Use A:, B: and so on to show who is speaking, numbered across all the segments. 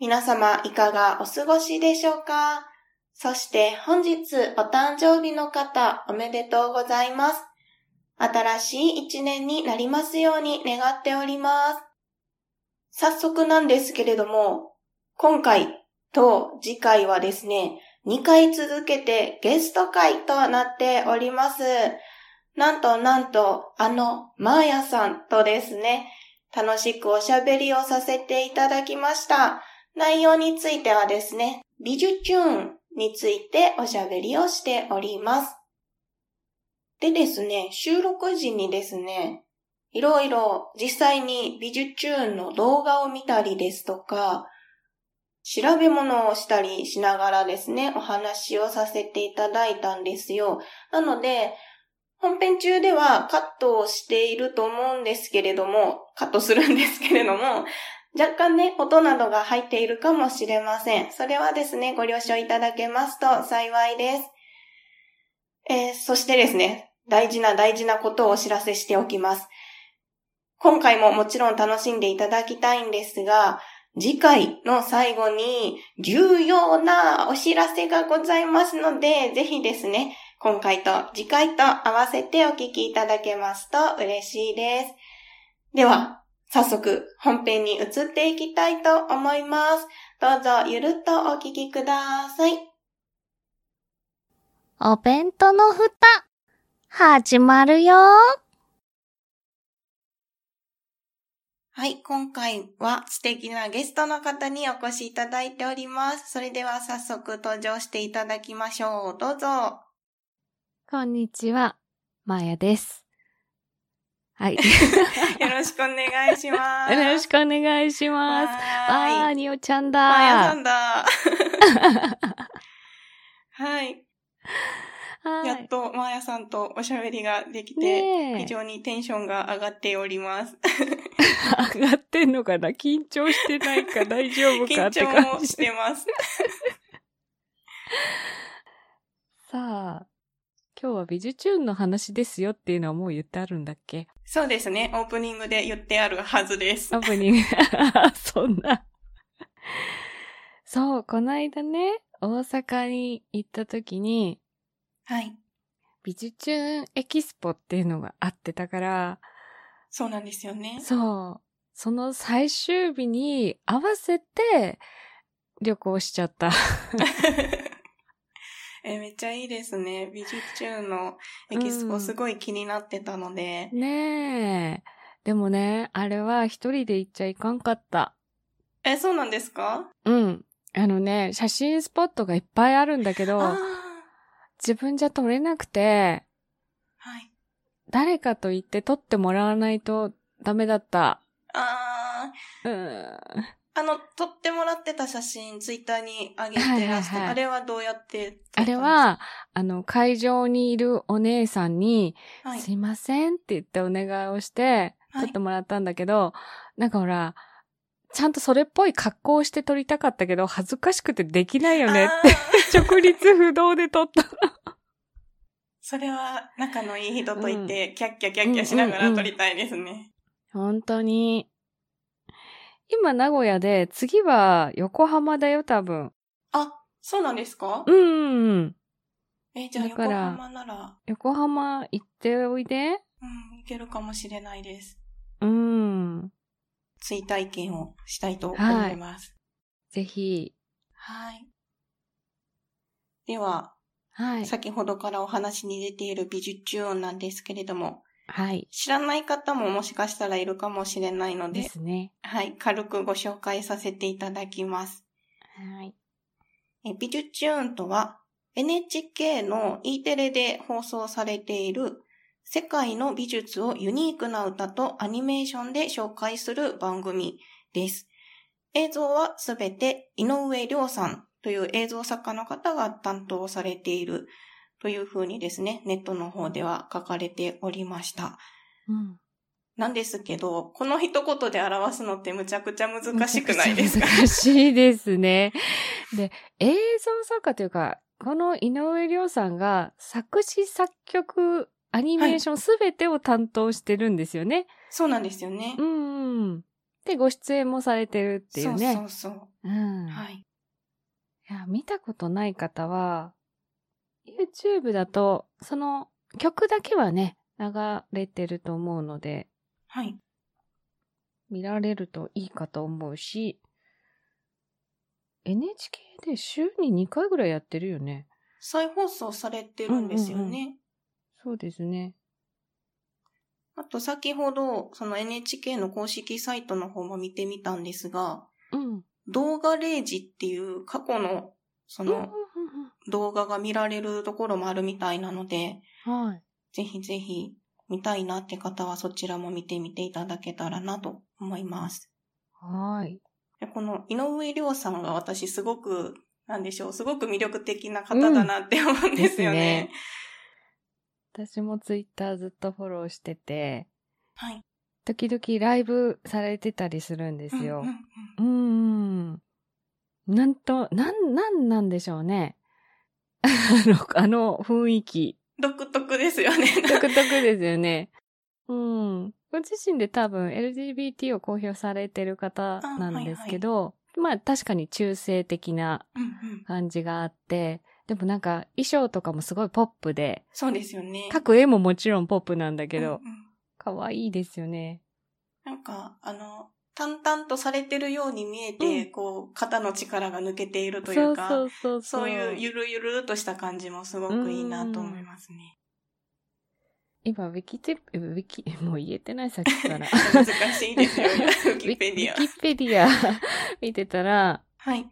A: 皆様いかがお過ごしでしょうかそして本日お誕生日の方おめでとうございます。新しい一年になりますように願っております。早速なんですけれども、今回と次回はですね、2回続けてゲスト会となっております。なんとなんと、あの、マーヤさんとですね、楽しくおしゃべりをさせていただきました。内容についてはですね、美術チューンについておしゃべりをしております。でですね、収録時にですね、いろいろ実際に美術チューンの動画を見たりですとか、調べ物をしたりしながらですね、お話をさせていただいたんですよ。なので、本編中ではカットをしていると思うんですけれども、カットするんですけれども、若干ね、音などが入っているかもしれません。それはですね、ご了承いただけますと幸いです。えー、そしてですね、大事な大事なことをお知らせしておきます。今回ももちろん楽しんでいただきたいんですが、次回の最後に重要なお知らせがございますので、ぜひですね、今回と次回と合わせてお聞きいただけますと嬉しいです。では、早速本編に移っていきたいと思います。どうぞゆるっとお聞きください。
B: お弁当の蓋、始まるよ
A: はい、今回は素敵なゲストの方にお越しいただいております。それでは早速登場していただきましょう。ど うぞ。
C: こんにちは、まやです。はい。 よ
A: ろしくお願いします。
C: よろしくお願いします。ああ、におちゃんだ。
A: まやさん だ。はい。はいやっと、まやさんとおしゃべりができて、非常にテンションが上がっております。
C: 上がってんのかな緊張してないか大丈夫かって感
A: 緊張もしてます。
C: さあ、今日はビジュチューンの話ですよっていうのはもう言ってあるんだっけ
A: そうですね。オープニングで言ってあるはずです。
C: オープニング。 そんな。そう、この間ね、大阪に行った時に、
A: はい。
C: ビジュチューンエキスポっていうのがあってたから、
A: そうなんですよね。
C: そう。その最終日に合わせて旅行しちゃった。
A: え、めっちゃいいですね。美術中のエキスポすごい気になってたので。
C: うん、ねえ。でもね、あれは一人で行っちゃいかんかった。
A: え、そうなんですか
C: うん。あのね、写真スポットがいっぱいあるんだけど、自分じゃ撮れなくて、
A: はい。
C: 誰かと行って撮ってもらわないとダメだった。
A: あ
C: あ。うん。
A: あの、撮ってもらってた写真、ツイッターに上げてらして、はいはいはい、あれはどうやって
C: あれは、あの、会場にいるお姉さんに、はい、すいませんって言ってお願いをして、撮ってもらったんだけど、はい、なんかほら、ちゃんとそれっぽい格好をして撮りたかったけど、恥ずかしくてできないよねって、直立不動で撮った。
A: それは、仲のいい人といて、うん、キャッキャキャッキャしながら撮りたいですね。
C: うんうんうん、本当に。今名古屋で、次は横浜だよ、多分。
A: あ、そうなんですか
C: うんうんうん。
A: え、じゃあ横浜なら。
C: 横浜行っておいで。
A: うん、行けるかもしれないです。
C: うん。
A: 追体験をしたいと思います。
C: はい、ぜひ。
A: はい。では、
C: はい。
A: 先ほどからお話に出ている美術中音なんですけれども、
C: はい。
A: 知らない方ももしかしたらいるかもしれないので。
C: ですね。
A: はい。軽くご紹介させていただきます。
C: はい。
A: え美術チューンとは、NHK の E テレで放送されている、世界の美術をユニークな歌とアニメーションで紹介する番組です。映像はすべて井上亮さんという映像作家の方が担当されているというふうにですね、ネットの方では書かれておりました。
C: うん。
A: なんですけど、この一言で表すのってむちゃくちゃ難しくないですか
C: 難しいですね。で、映像作家というか、この井上亮さんが作詞作曲、アニメーションすべてを担当してるんですよね。
A: そうなんですよね。
C: うんうん。で、ご出演もされてるっていうね。
A: そうそうそ
C: うん。
A: う。はい。
C: いや、見たことない方は、YouTube だと、その曲だけはね、流れてると思うので、
A: はい。
C: 見られるといいかと思うし、NHK で週に2回ぐらいやってるよね。
A: 再放送されてるんですよね。
C: そうですね。
A: あと先ほど、その NHK の公式サイトの方も見てみたんですが、
C: うん。
A: 動画0時っていう過去のそ
C: うんうん
A: の動画が見られるところもあるみたいなので、
C: うんはい。
A: ぜひぜひ見たいなって方はそちらも見てみていただけたらなと思います。
C: はい。
A: でこの井上亮さんが私すごく、なんでしょう、すごく魅力的な方だなって思うんですよね。
C: 私も Twitter ずっとフォローしてて、
A: はい。
C: 時々ライブされてたりするんですよ。
A: うんうんうん
C: うーん。なんと、なん、なんなんでしょうね。 あの、あの雰囲気。
A: 独特です よね。
C: 独特ですよね。うん。ご自身で多分 LGBT を公表されてる方なんですけど、まあ確かに中性的な
A: うんうん
C: 感じがあって、でもなんか衣装とかもすごいポップで、
A: そうですよね。
C: 各絵ももちろんポップなんだけど
A: う、んうん
C: 可愛いですよね。
A: なんか、あの、淡々とされてるように見えて、
C: う
A: こう、肩の力が抜けているとい
C: そうう
A: か、
C: そうそう。
A: そういうゆるゆるっとした感じもすごくいいなと思いますね。
C: 今、ウィキティ、ウィキ、もう言えてないさっきから。
A: 難しいですよ、 ウィ
C: ウィ
A: キペディア
C: ウィ。キペディア見てたら、
A: はい。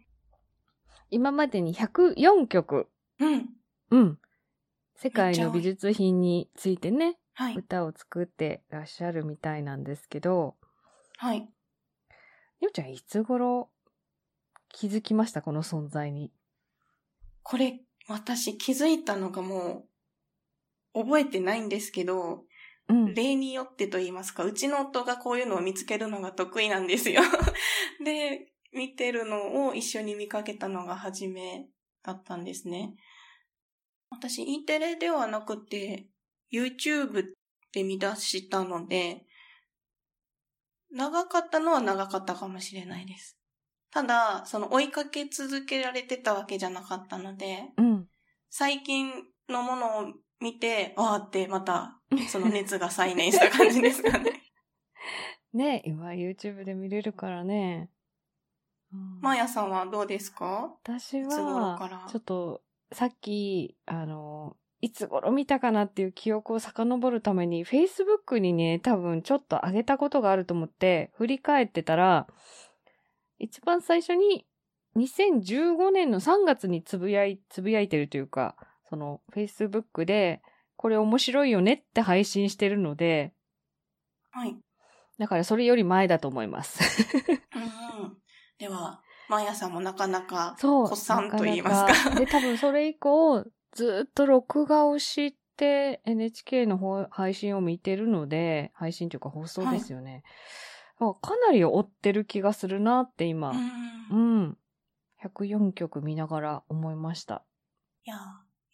C: 今までに104曲、
A: うん。
C: うん。世界の美術品についてね、
A: はい。
C: 歌を作ってらっしゃるみたいなんですけど、
A: はい。
C: ゆうちゃんいつ頃気づきましたこの存在に。
A: これ、私気づいたのがもう、覚えてないんですけど、
C: うん。
A: 例によってと言いますか、うちの夫がこういうのを見つけるのが得意なんですよ。 で、見てるのを一緒に見かけたのが初めだったんですね。私、インテレではなくて、YouTube で見出したので、長かったのは長かったかもしれないです。ただ、その追いかけ続けられてたわけじゃなかったので、
C: うん。
A: 最近のものを見て、わーってま た、その熱が再燃した感じですかね。
C: ね今 YouTube で見れるからね。うん
A: マーヤさんはどうですか
C: 私
A: いつ頃か
C: は
A: ら、
C: ちょっと、さっき、あの、いつ頃見たかなっていう記憶を遡るために、Facebook にね、多分ちょっと上げたことがあると思って、振り返ってたら、一番最初に、2015年の3月につぶやい、つぶやいてるというか、その、Facebook で、これ面白いよねって配信してるので、
A: はい。うん
C: だからそれより前だと思います。
A: うん。では、マーヤさんもなかなか、
C: そう。
A: 古参と言いますか
C: ななで、多分それ以降、ずっと録画をして NHK の方配信を見てるので、配信というか放送ですよね。あかなり追ってる気がするなって今、
A: うん。
C: うん。104曲見ながら思いました。
A: いや、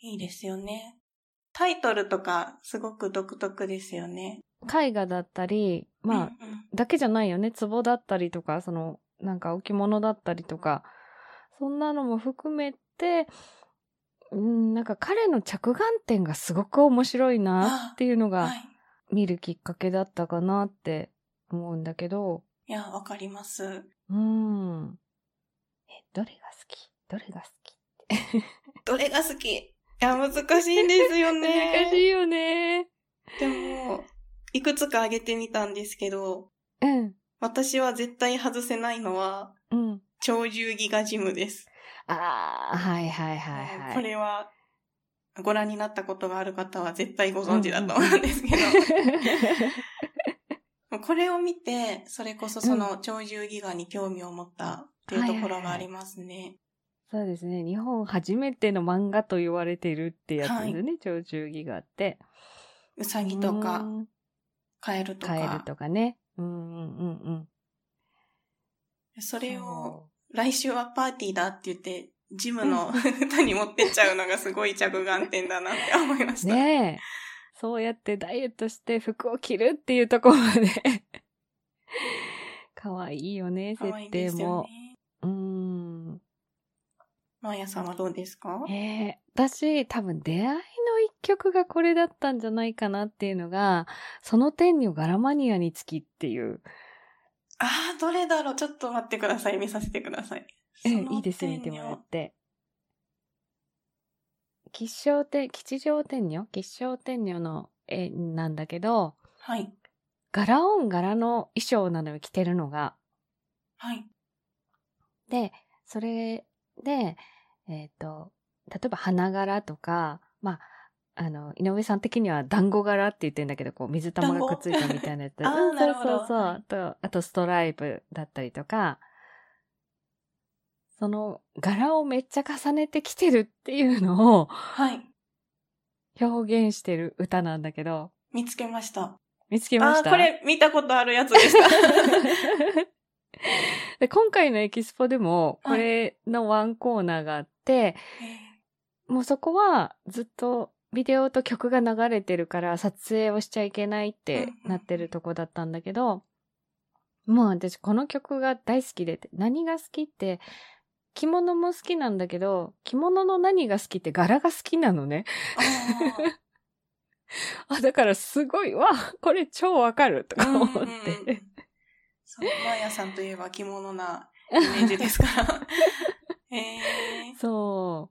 A: いいですよね。タイトルとか、すごく独特ですよね。
C: 絵画だったり、まあ、
A: うんうん
C: だけじゃないよね。壺だったりとか、その、なんか置物だったりとか、そんなのも含めて、うん、なんか彼の着眼点がすごく面白いなっていうの
A: は
C: が
A: い。
C: 見るきっかけだったかなって思うんだけど、
A: いや、わかります。
C: うん。え、どれが好きどれが好き
A: どれが好きいや、難しいんですよね。
C: 難しいよね。
A: でも、いくつか挙げてみたんですけど、
C: うん。
A: 私は絶対外せないのは、
C: うん。
A: 鳥獣ギガジムです。
C: ああ、はいはいはいはい。
A: これは、ご覧になったことがある方は絶対ご存知だと思うんですけど、これを見て、それこそその鳥獣戯画に興味を持ったっていうところがありますね。
C: そうですね。日本初めての漫画と言われているってやつですね。鳥獣戯画って。
A: うさぎと
C: う
A: か、
C: ん
A: カエルと
C: カエ
A: か
C: ル。とかね。うんうんうんうん。
A: それを、
C: そ
A: 来週はパーティーだって言って、ジムの 歌に持ってっちゃうのがすごい着眼点だなって思いまし
C: う
A: た。
C: ねえ。そうやってダイエットして服を着るっていうところまで。 可愛いよね、
A: 可愛い
C: 設
A: で
C: 定
A: すよ
C: も。
A: ね。
C: うん。
A: マーヤさんはどうですか
C: ええ私、多分出会いの一曲がこれだったんじゃないかなっていうのが、その天女ガラマニアにつきっていう。
A: ああ、どれだろうちょっと待ってください。見させてください。そ
C: ええ
A: の
C: いいですよ、見て
A: 天
C: も
A: 女
C: らって。吉祥天、吉祥天女吉祥天女の絵なんだけど、
A: はい。
C: 柄オン柄の衣装なのよ、着てるのが。
A: はい。
C: で、それで、えっ、と、例えば花柄とか、まあ、あの、井上さん的には団子柄って言ってんだけど、こう、水玉がくっついたみたいなやつ。
A: あー
C: うん
A: なるほど
C: そうそうそう。と、あと、ストライプだったりとか、その、柄をめっちゃ重ねてきてるっていうのを
A: はい。
C: 表現してる歌なんだけど、
A: 見つけました。
C: 見つけま
A: あ
C: し
A: あー、
C: た。
A: これ見たことあるやつでした。
C: で今回のエキスポでも、これのワンコーナーがあって、もうそこはずっとビデオと曲が流れてるから撮影をしちゃいけないってなってるとこだったんだけど、もう私この曲が大好きでって、何が好きって、着物も好きなんだけど、着物の何が好きって柄が好きなのね。
A: あ
C: あ、だからすごいわこれ超わかると
A: ー
C: か思
A: う
C: っ
A: んうんうん
C: て。
A: そう、マーヤさんといえば着物なイメージです から。えー、
C: そ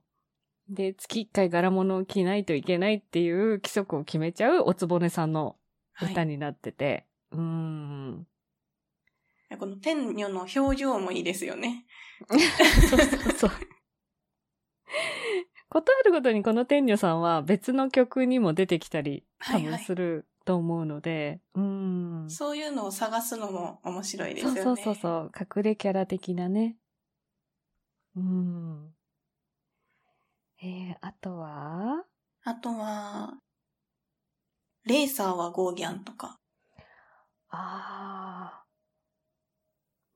C: う。で、月一回柄物を着ないといけないっていう規則を決めちゃうおつぼねさんの
A: はい
C: 歌になってて。うーん。
A: この天女の表情もいいですよね。
C: そうそうそう。ことあるごとにこの天女さんは別の曲にも出てきたり
A: は
C: 多
A: いは
C: 分
A: い
C: すると思うので、うーん。そ
A: そういうのを探すのも面白いですよ
C: う
A: ね。
C: そうそうそう。隠れキャラ的なね。うーん。えー、あとは
A: あとは、レーサーはゴーギャンとか。
C: あ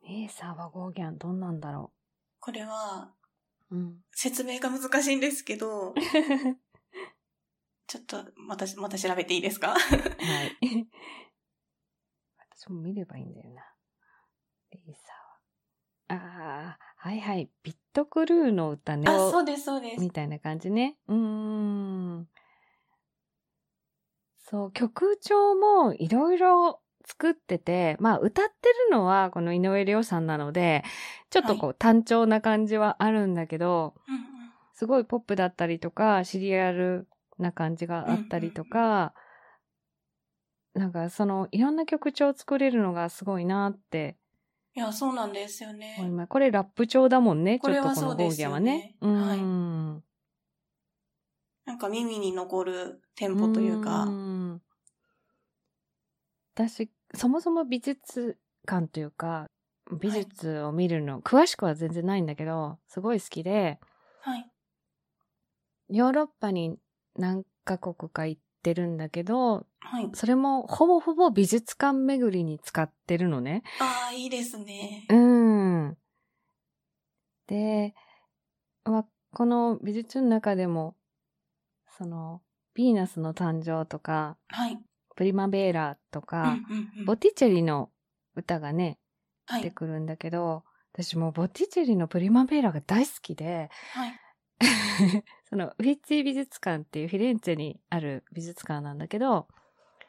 C: ー。姉さんはゴーギャンどんなんだろ
A: これは、
C: う。 うん。
A: 説明が難しいんですけど、 ちょっと、また、また調べていいですか
C: はい。私も見ればいいんだよな。レイサーは。ああ、はいはい。ビットクルーの歌ね。
A: あ、そうです、そうです。
C: みたいな感じね。うーん。そう、曲調もいろいろ作ってて、まあ歌ってるのはこの井上涼さんなので、ちょっとこう単調な感じはあるんだけど、
A: うんうん
C: すごいポップだったりとか、シリアルな感じがあったりとか、なんかそのいろんな曲調作れるのがすごいなって
A: いや、そうなんですよね。
C: 思います。これラップ調だもんね、ち
A: こ
C: ょ
A: れ
C: っと
A: は
C: こ
A: そ
C: の
A: う
C: ゴ
A: で
C: ー
A: す
C: ギャン
A: よ
C: はね
A: ね。
C: うー
A: はい
C: ん。
A: なんか耳に残るテンポというか。
C: ん私、そもそも美術館というか、美術を見るの、詳しくは全然ないんだけど、すごい好きで、
A: はい。
C: ヨーロッパに何カ国か行ってるんだけど、
A: はい。
C: それもほぼほぼ美術館巡りに使ってるのね。
A: ああ、いいですね。
C: うん。で、まあ、この美術の中でも、その、ヴィーナスの誕生とか、
A: はい。
C: プリマベーラと
A: うん
C: か、
A: うんうん
C: ボティチェリの歌がね、
A: は
C: 出て
A: い。
C: くるんだけど、私もうボティチェリのプリマベーラが大好きで、
A: はい。
C: その、ウィッツィ美術館っていうフィレンツェにある美術館なんだけど、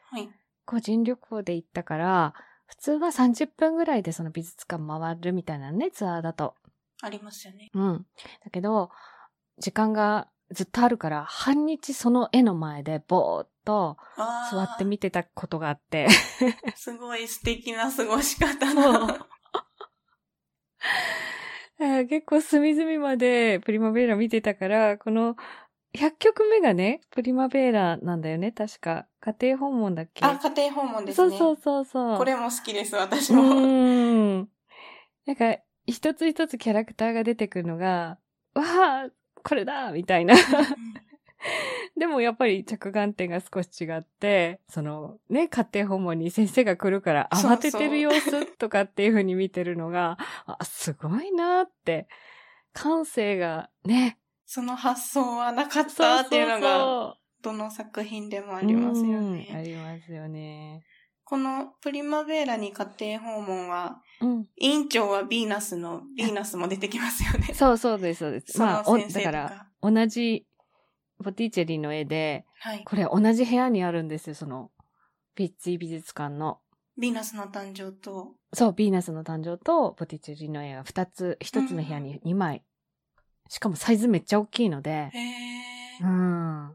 A: はい。
C: 個人旅行で行ったから、普通は30分ぐらいでその美術館回るみたいなね、ツアーだと。
A: ありますよね。
C: うん。だけど、時間がずっとあるから、半日その絵の前でぼーっと
A: ああ。
C: 座って見てたことがあって。
A: すごい素敵な過ごし方
C: そ
A: の
C: う。 えー結構隅々までプリマベーラ見てたから、この100曲目がね、プリマベーラなんだよね、確か。家庭訪問だっ け
A: あ、家庭訪問です
C: そう
A: ね。
C: そうそうそう。
A: これも好きです、私
C: う
A: も。
C: ーん。なんか、一つ一つキャラクターが出てくるのが、わあ、これだみたいな。 でもやっぱり着眼点が少し違って、そのね、家庭訪問に先生が来るから
A: そうそう
C: 慌ててる様子とかっていう風に見てるのが、 あ、すごいなって、感性がね、
A: その発想はなかったっていうのが、
C: が
A: どの作品でもあ
C: あ
A: りますよ
C: あ
A: ね。
C: りますよね。
A: このプリマベーラに家庭訪問は、
C: うん。
A: 委員長はヴィーナスの、ヴィーナスも出てきますよね。
C: そうそうです、そうです。
A: そ
C: まあ
A: の、
C: お
A: 先生
C: だ
A: と
C: か、
A: から
C: 同じ、ボティチェリの絵で、
A: はい。
C: これ同じ部屋にあるんですよ、その、ピッツィ美術館の。
A: ヴィーナスの誕生と、
C: そう、ヴィーナスの誕生とボティチェリの絵が2つ、1つの部屋に2枚。しかもサイズめっちゃ大きいので、
A: へえ
C: う。ん。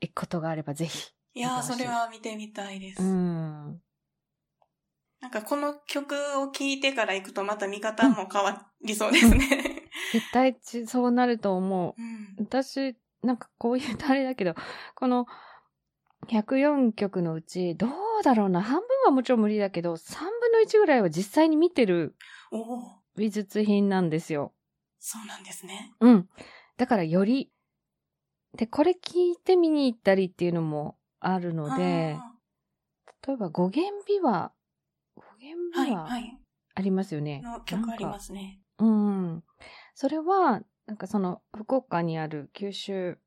C: 行くことがあればぜひ。
A: いやー、
C: 素
A: そ
C: 晴らしい
A: れは見てみたいです。
C: うん。
A: なんかこの曲を聴いてから行くとまた見方も変わりそうですね。
C: 絶対ちそうなると思 う。
A: うん。
C: 私、なんかこういうとあれだけど、この104曲のうち、どうだろうな、半分はもちろん無理だけど、3分の1ぐらいは実際に見てる
A: おお、
C: 美術品なんですよ。
A: そうなんですね。
C: うん。だからより、で、これ聞いて見に行ったりっていうのもあるので、
A: あ
C: 例えば五弦琵琶、五弦
A: ーは
C: 琵
A: い、
C: 琶
A: はい。
C: ありますよね。。
A: の曲ありますすね。
C: うん。それは、なんかその、福岡にある九州、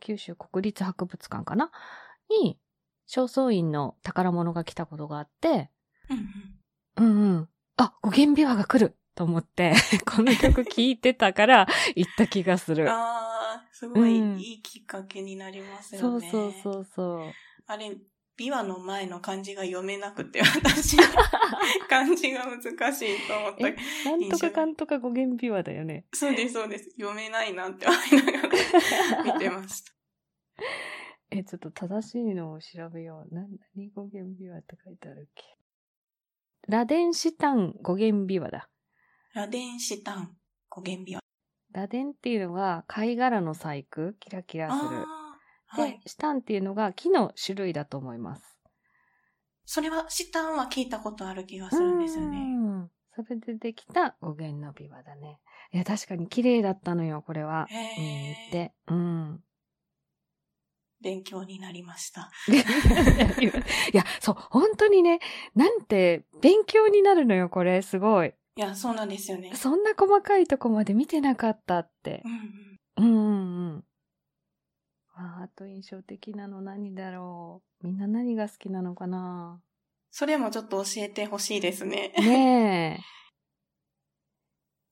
C: 九州国立博物館かなに、正倉院の宝物が来たことがあって、
A: うんうん。
C: うんうん。あ、五弦琵琶が来ると思って、 この曲聞いてたから行った気がする。
A: ああ、すごい、
C: うん
A: いいきっかけになります
C: そ
A: よ
C: う
A: ね。
C: そうそうそう。
A: あれ、琵琶の前の漢字が読めなくて、私、 漢字が難しいと思っ
C: え
A: た。、
C: なんとかかんとか語源琵琶だよね。
A: そうです、そうです。読めないなって思いながら見てました。
C: え、ちょっと正しいのを調べよう。な、何語源琵琶って書いてあるっけラデンシタン語源琵琶だ。
A: ラデンシタン、語源琵琶。
C: ラデンっていうのが貝殻の細工、キラキラする。
A: ああー、
C: で、
A: はい。
C: シタンっていうのが木の種類だと思います。
A: それは、シタンは聞いたことある気がするんですよね。
C: うんそれでできた語源の琵琶だね。いや、確かに綺麗だったのよ、これは。見に行っ
A: へえ、
C: て。うん。
A: 勉強になりました。
C: いや、そう、本当にね、なんて勉強になるのよ、これ、すごい。
A: いや、そうなんですよね。
C: そんな細かいとこまで見てなかったって
A: う。んうん。
C: うんうんうん。あーあと印象的なの何だろう。みんな何が好きなのかな。
A: それもちょっと教えてほしいですね。
C: ね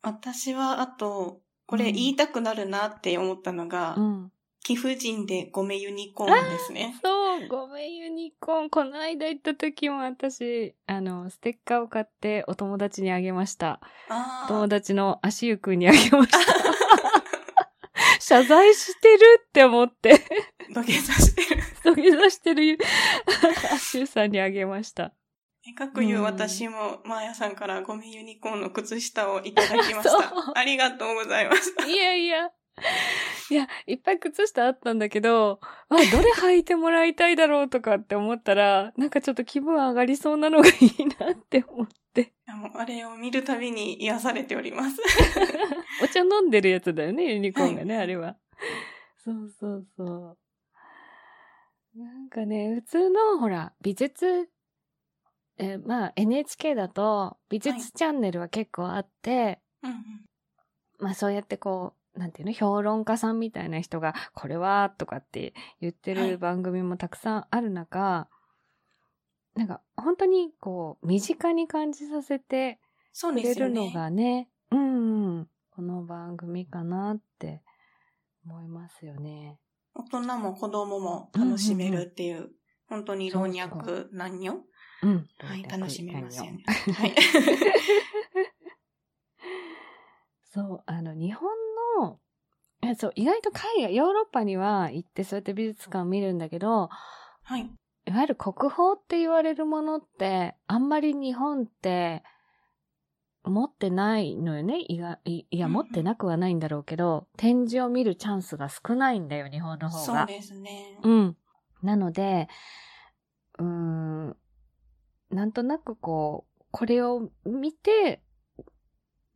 A: 私は、あと、これ
C: うん
A: 言いたくなるなって思ったのが、
C: え。うん。
A: 貴婦人でごめユニコーンですね。
C: そう、ごめんユニコーン。この間行った時も私、あの、ステッカーを買ってお友達にあげました。
A: あ
C: 友
A: あ、
C: 達の足ゆくんにあげま した。謝罪してるって思って。
A: 土下座してる。
C: 土下座してるシュウさんにあげました。
A: かく言う私も、マーヤさんからごめユニコーンの靴下をいただきました
C: そう。
A: ありがとうございました。
C: いやいや。いや、いっぱい靴下あったんだけど、あ、どれ履いてもらいたいだろうとかって思ったら、なんかちょっと気分上がりそうなのがいいなって思って。
A: いやもうあれを見るたびに癒されております。
C: お茶飲んでるやつだよね、ユニコーンがね、
A: はい
C: あれは。そうそうそう。なんかね、普通の、ほら、美術、えーまあ NHK だと、美
A: はい
C: 術チャンネルは結構あって、
A: うんうん
C: まあそうやってこう、なんていうの、評論家さんみたいな人が、これは、とかって言って
A: はい
C: る番組もたくさんある中、なんか本当にこう、身近に感じさせて
A: そう
C: く
A: で
C: れ
A: すよ
C: るの
A: ね。
C: がね、うん、うん、この番組かなって思いますよね。
A: 大人も子供も楽しめるっていう、本当に老
C: そ
A: 若
C: うそ
A: 男女
C: うん。
A: はい、楽しめますよね。
C: は
A: はい い。
C: そう、あの、日本の、えそう、意外と海外、ヨーロッパには行ってそうやって美術館見るんだけど、
A: はい。
C: いわゆる国宝って言われるものって、あんまり日本って、持ってないのよね。いがいいや、
A: うんうん
C: 持ってなくはないんだろうけど、展示を見るチャンスが少ないんだよ、日本の方
A: そう
C: が。
A: ですね。
C: うん。なので、うーん、なんとなくこう、これを見て、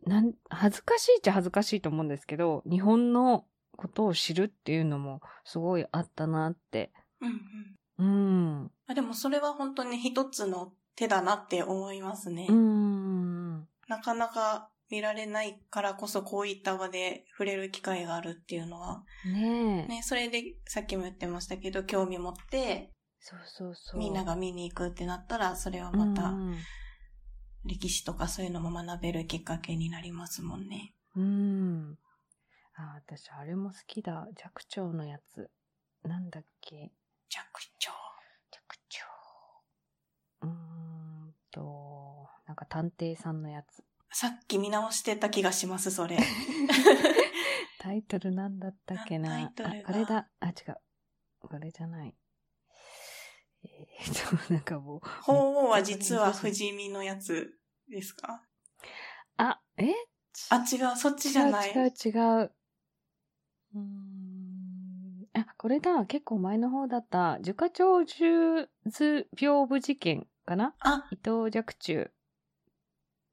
C: なん、恥ずかしいっちゃ恥ずかしいと思うんですけど、日本のことを知るっていうのもすごいあったなって。
A: うんうん。
C: うん。
A: あでもそれは本当に一つの手だなって思いますね。
C: うん。
A: なかなか見られないからこそこういった場で触れる機会があるっていうのは、
C: ねえ。
A: ね、それでさっきも言ってましたけど、興味持って
C: そうそうそう。
A: みんなが見に行くってなったら、それは
C: う
A: ま
C: ん
A: た
C: うん
A: 歴史とかそういうのも学べるきっかけになりますもんね。
C: うん。あ、私、あれも好きだ。寂聴のやつ。なんだっけ。
A: 着長。
C: 寂聴。うーんと、なんか探偵さんのやつ。
A: さっき見直してた気がします、 それ。
C: タイトルなんだったっけな。
A: あタイトルが
C: あ、あれだ。あ、違う。これじゃない。えー、っと、なん かもう。
A: 法王は実は不死身のやつですか
C: あ、え
A: あ、違う、そっちじゃない。
C: 違う違う違う。うーん。あ、これだ。結構前の方だった。樹花鳥中図屏風事件かな
A: あ、
C: 伊藤若冲。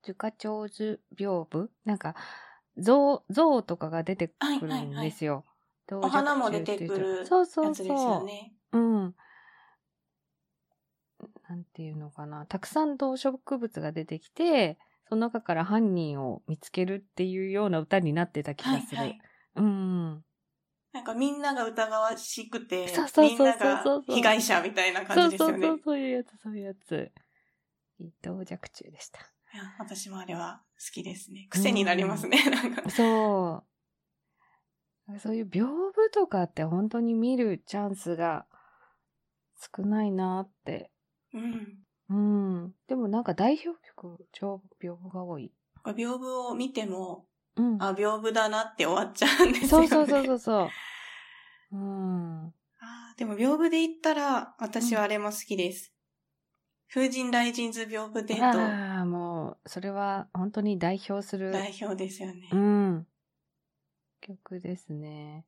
C: 樹花鳥図屏風なんか、象、象とかが出てくるんですよ。
A: お花も出てくるや
C: そ
A: つ
C: う
A: ですよ
C: そ
A: ね。
C: うそう。うん。なんていうのかな。たくさん動植物が出てきて、その中から犯人を見つけるっていうような歌になってた気
A: は
C: が
A: い
C: する。
A: はい。
C: うん。
A: なんかみんなが疑わしくて
C: そうそう、
A: みん
C: そうそう
A: なが被害者みたいな
C: そ
A: 感
C: う
A: じです
C: そう
A: よね。
C: そ、
A: いう
C: そういうやつ、そういうやつ。伊藤若冲でした。
A: や私もあれは好きですね。癖になりますね、なんか。
C: そう。そういう屏風とかって本当に見るチャンスが少ないなって。
A: うん。
C: うん。でもなんか代表曲、上屏風が多い。
A: これ屏風を見ても、
C: うん。
A: あ、屏風だなって終わっちゃうんですよ
C: そう
A: ね。
C: そうそう
A: う。
C: そうそう。うん。
A: あーでも屏風で言ったら、私はあれも好きです。風神雷神図屏風デー
C: ああ、もう、それは本当に代表す
A: ト
C: る、
A: 代表ですよね。
C: うん。曲ですね。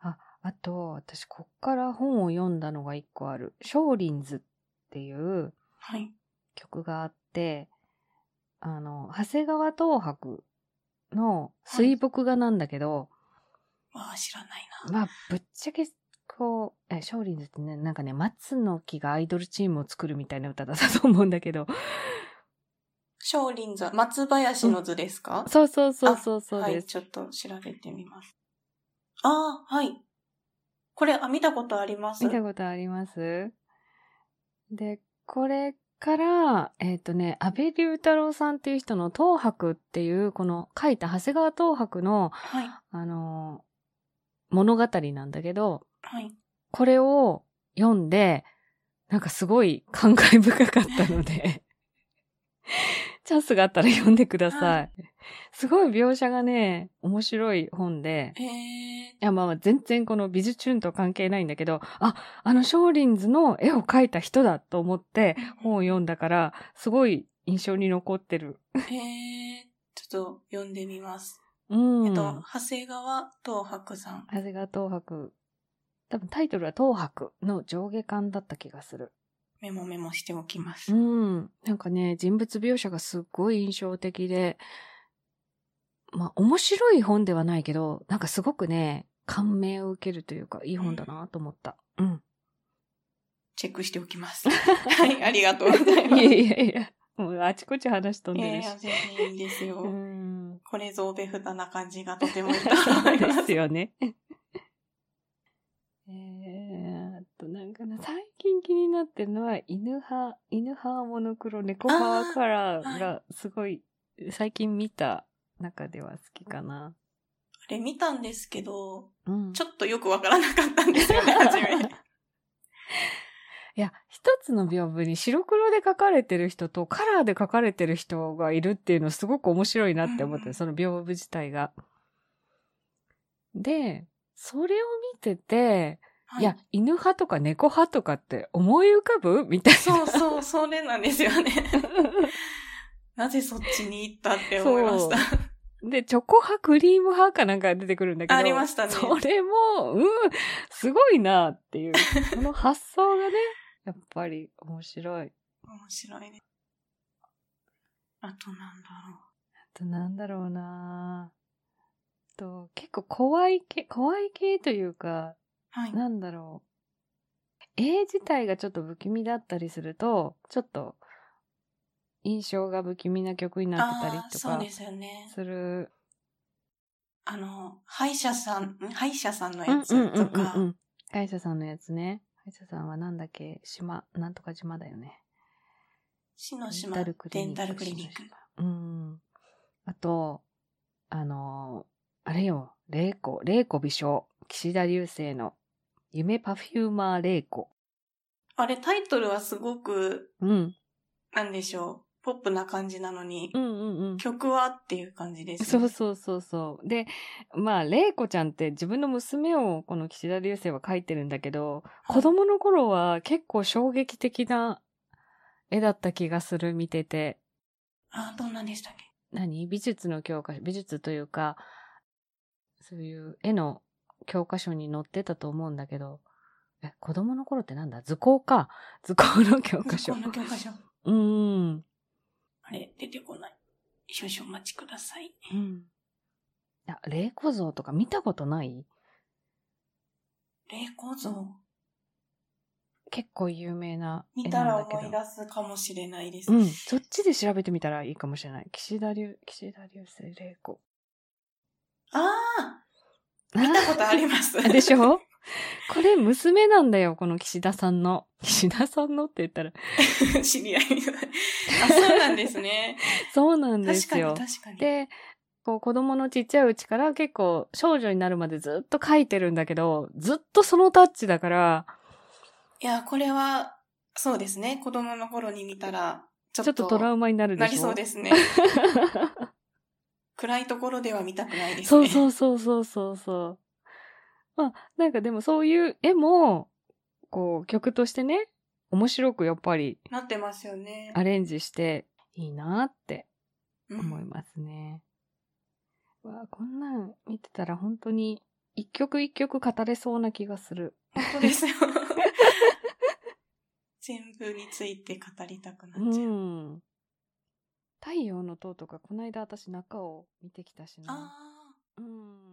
C: あ、あと、私、こっから本を読んだのが一個ある。少林図っていう
A: はい。
C: 曲があって、あの、長谷川東博の水墨画なんだけど、
A: わあ、知らないな。
C: まあ、ぶっちゃけ、こう、え少林寺ってね、なんかね、松の木がアイドルチームを作るみたいな歌だったと思うんだけど、
A: 少林座、松林の図ですか、
C: そうそうそうそうそう
A: は
C: で
A: い、
C: す。
A: ちょっと調べてみます。ああ、はい。これ、あ、見たことあります。
C: 見たことありますで、これから、えっ、とね、安倍龍太郎さんっていう人の東博っていう、この書いた長谷川東博の、
A: はい、
C: あのー物語なんだけど、
A: はい。
C: これを読んで、なんかすごい 感慨深かったので、 チャンスがあったら読んでくださ。
A: はい
C: すごい描写がね、面白い本で、
A: へえ。
C: いやまあまあ全然この美術チューンとは関係ないんだけど、あ、あの少林図の絵を描いた人だと思って本を読んだから、すごい印象に残ってる。
A: へえ。ちょっと読んでみます。
C: うん。
A: えっと、長谷川東博さん。
C: 長谷川東博。多分タイトルは東博の上下巻だった気がする。
A: メモメモしておきます。
C: うん。なんかね、人物描写がすっごい印象的で、まあ、面白い本ではないけど、なんかすごくね、感銘を受けるというか、いい本だなと思った。うん。
A: チェックしておき ます。はい、ありがとうございま
C: い
A: す。
C: やいやいや、もうあちこち話飛ん
A: い
C: で
A: や
C: る
A: い
C: し
A: や、。全然いいんですよ。
C: うん。
A: これぞベフタな感じがとてもいいと
C: そ
A: 思
C: う
A: いま。
C: ですすよ ね。えー、あとなんかな、最近気になってるのは、犬派、犬派モノクロ、猫派カラーがすごい、最近見た中では好きかな。
A: あれ見たんですけど、
C: うん
A: ちょっとよくわからなかったんですよね、 初め。
C: いや、一つの屏風に白黒で書かれてる人とカラーで書かれてる人がいるっていうのすごく面白いなって思って、
A: うんうん
C: その屏風自体が。で、それを見てて、、
A: はい
C: や、犬派とか猫派とかって思い浮かぶみたいな。
A: そうそう、それなんですよね。なぜそっちに行ったって思いました。
C: で、チョコ派、クリーム派かなんか出てくるんだけど。
A: ありましたね
C: それも、うん、すごいなっていう。この発想がね、やっぱり面白い。
A: 面白いね。あとなんだろ
C: あとなんだろうなあと、結構怖い系、怖い系というか、
A: う。はい。
C: なんだろう。絵自体がちょっと不気味だったりすると、ちょっと印象が不気味な曲になってたり
A: あー
C: と
A: そう
C: か
A: ですよね。
C: する。
A: あの、歯医者さん、ん歯医者さんの
C: うん
A: やつとか、
C: うんうんうんうん。歯医者さんのやつね。歯医者さんはなんだっけ島、なんとか島だよね。
A: 死の島、デンタルクリニック。
C: うん。あと、あのーあれよ、玲子、玲子美少、岸田流星の夢パフューマー玲子。
A: あれ、タイトルはすごく、
C: うん。
A: なんでしょう、ポップな感じなのに、
C: うんうんうん。
A: 曲はっていう感じです、
C: そうそうそうそう。で、まあ、玲子ちゃんって自分の娘をこの岸田流星は描いてるんだけど、
A: はい
C: 子供の頃は結構衝撃的な絵だった気がする、見てて。
A: あ、どんなんでしたっけ
C: 何美術の教科書、美術というか、そういう絵の教科書に載ってたと思うんだけど、え、子供の頃ってなんだ図工か。図工の教科書。
A: この教科書。
C: うーん。
A: あれ、出てこない。少々お待ちください。
C: うん。あ、霊子像とか見たことない
A: 霊構造。
C: 結構有名な絵
A: 見たら
C: なんだけど。
A: 思い出すかもしれないです。
C: うん。そっちで調べてみたらいいかもしれない。岸田流、岸田流星霊子。
A: ああ見たことあります。
C: でしょこれ娘なんだよ、この岸田さんの。 岸田さんのって言ったら。
A: 知り合いみたいな。あ、そうなんですね。
C: そうなんです
A: 確かに
C: よ
A: 確。かに。
C: で、こう子供のちっちゃいうちから結構少女になるまでずっと書いてるんだけど、ずっとそのタッチだから、
A: いや、これは、そうですね。子供の頃に見たら、ちょっ
C: ちょ
A: と
C: っとトラウマになるで
A: な
C: しょ。
A: りそうですす ね。暗いところでは見たくないですね。
C: そう
A: う。
C: そうそうそうそうそう。まあ、なんかでもそういう絵も、こう曲としてね、面白くやっぱり
A: なってますよね。
C: アレンジしていいなって
A: うん
C: 思いますね。うわあこんなん見てたら本当に一曲一曲語れそうな気がする。
A: 本当ですよ。 全部について語りたくなっちゃう。
C: うん。太陽の塔とか、この間私中を見てきたしな。
A: ああ。
C: うん。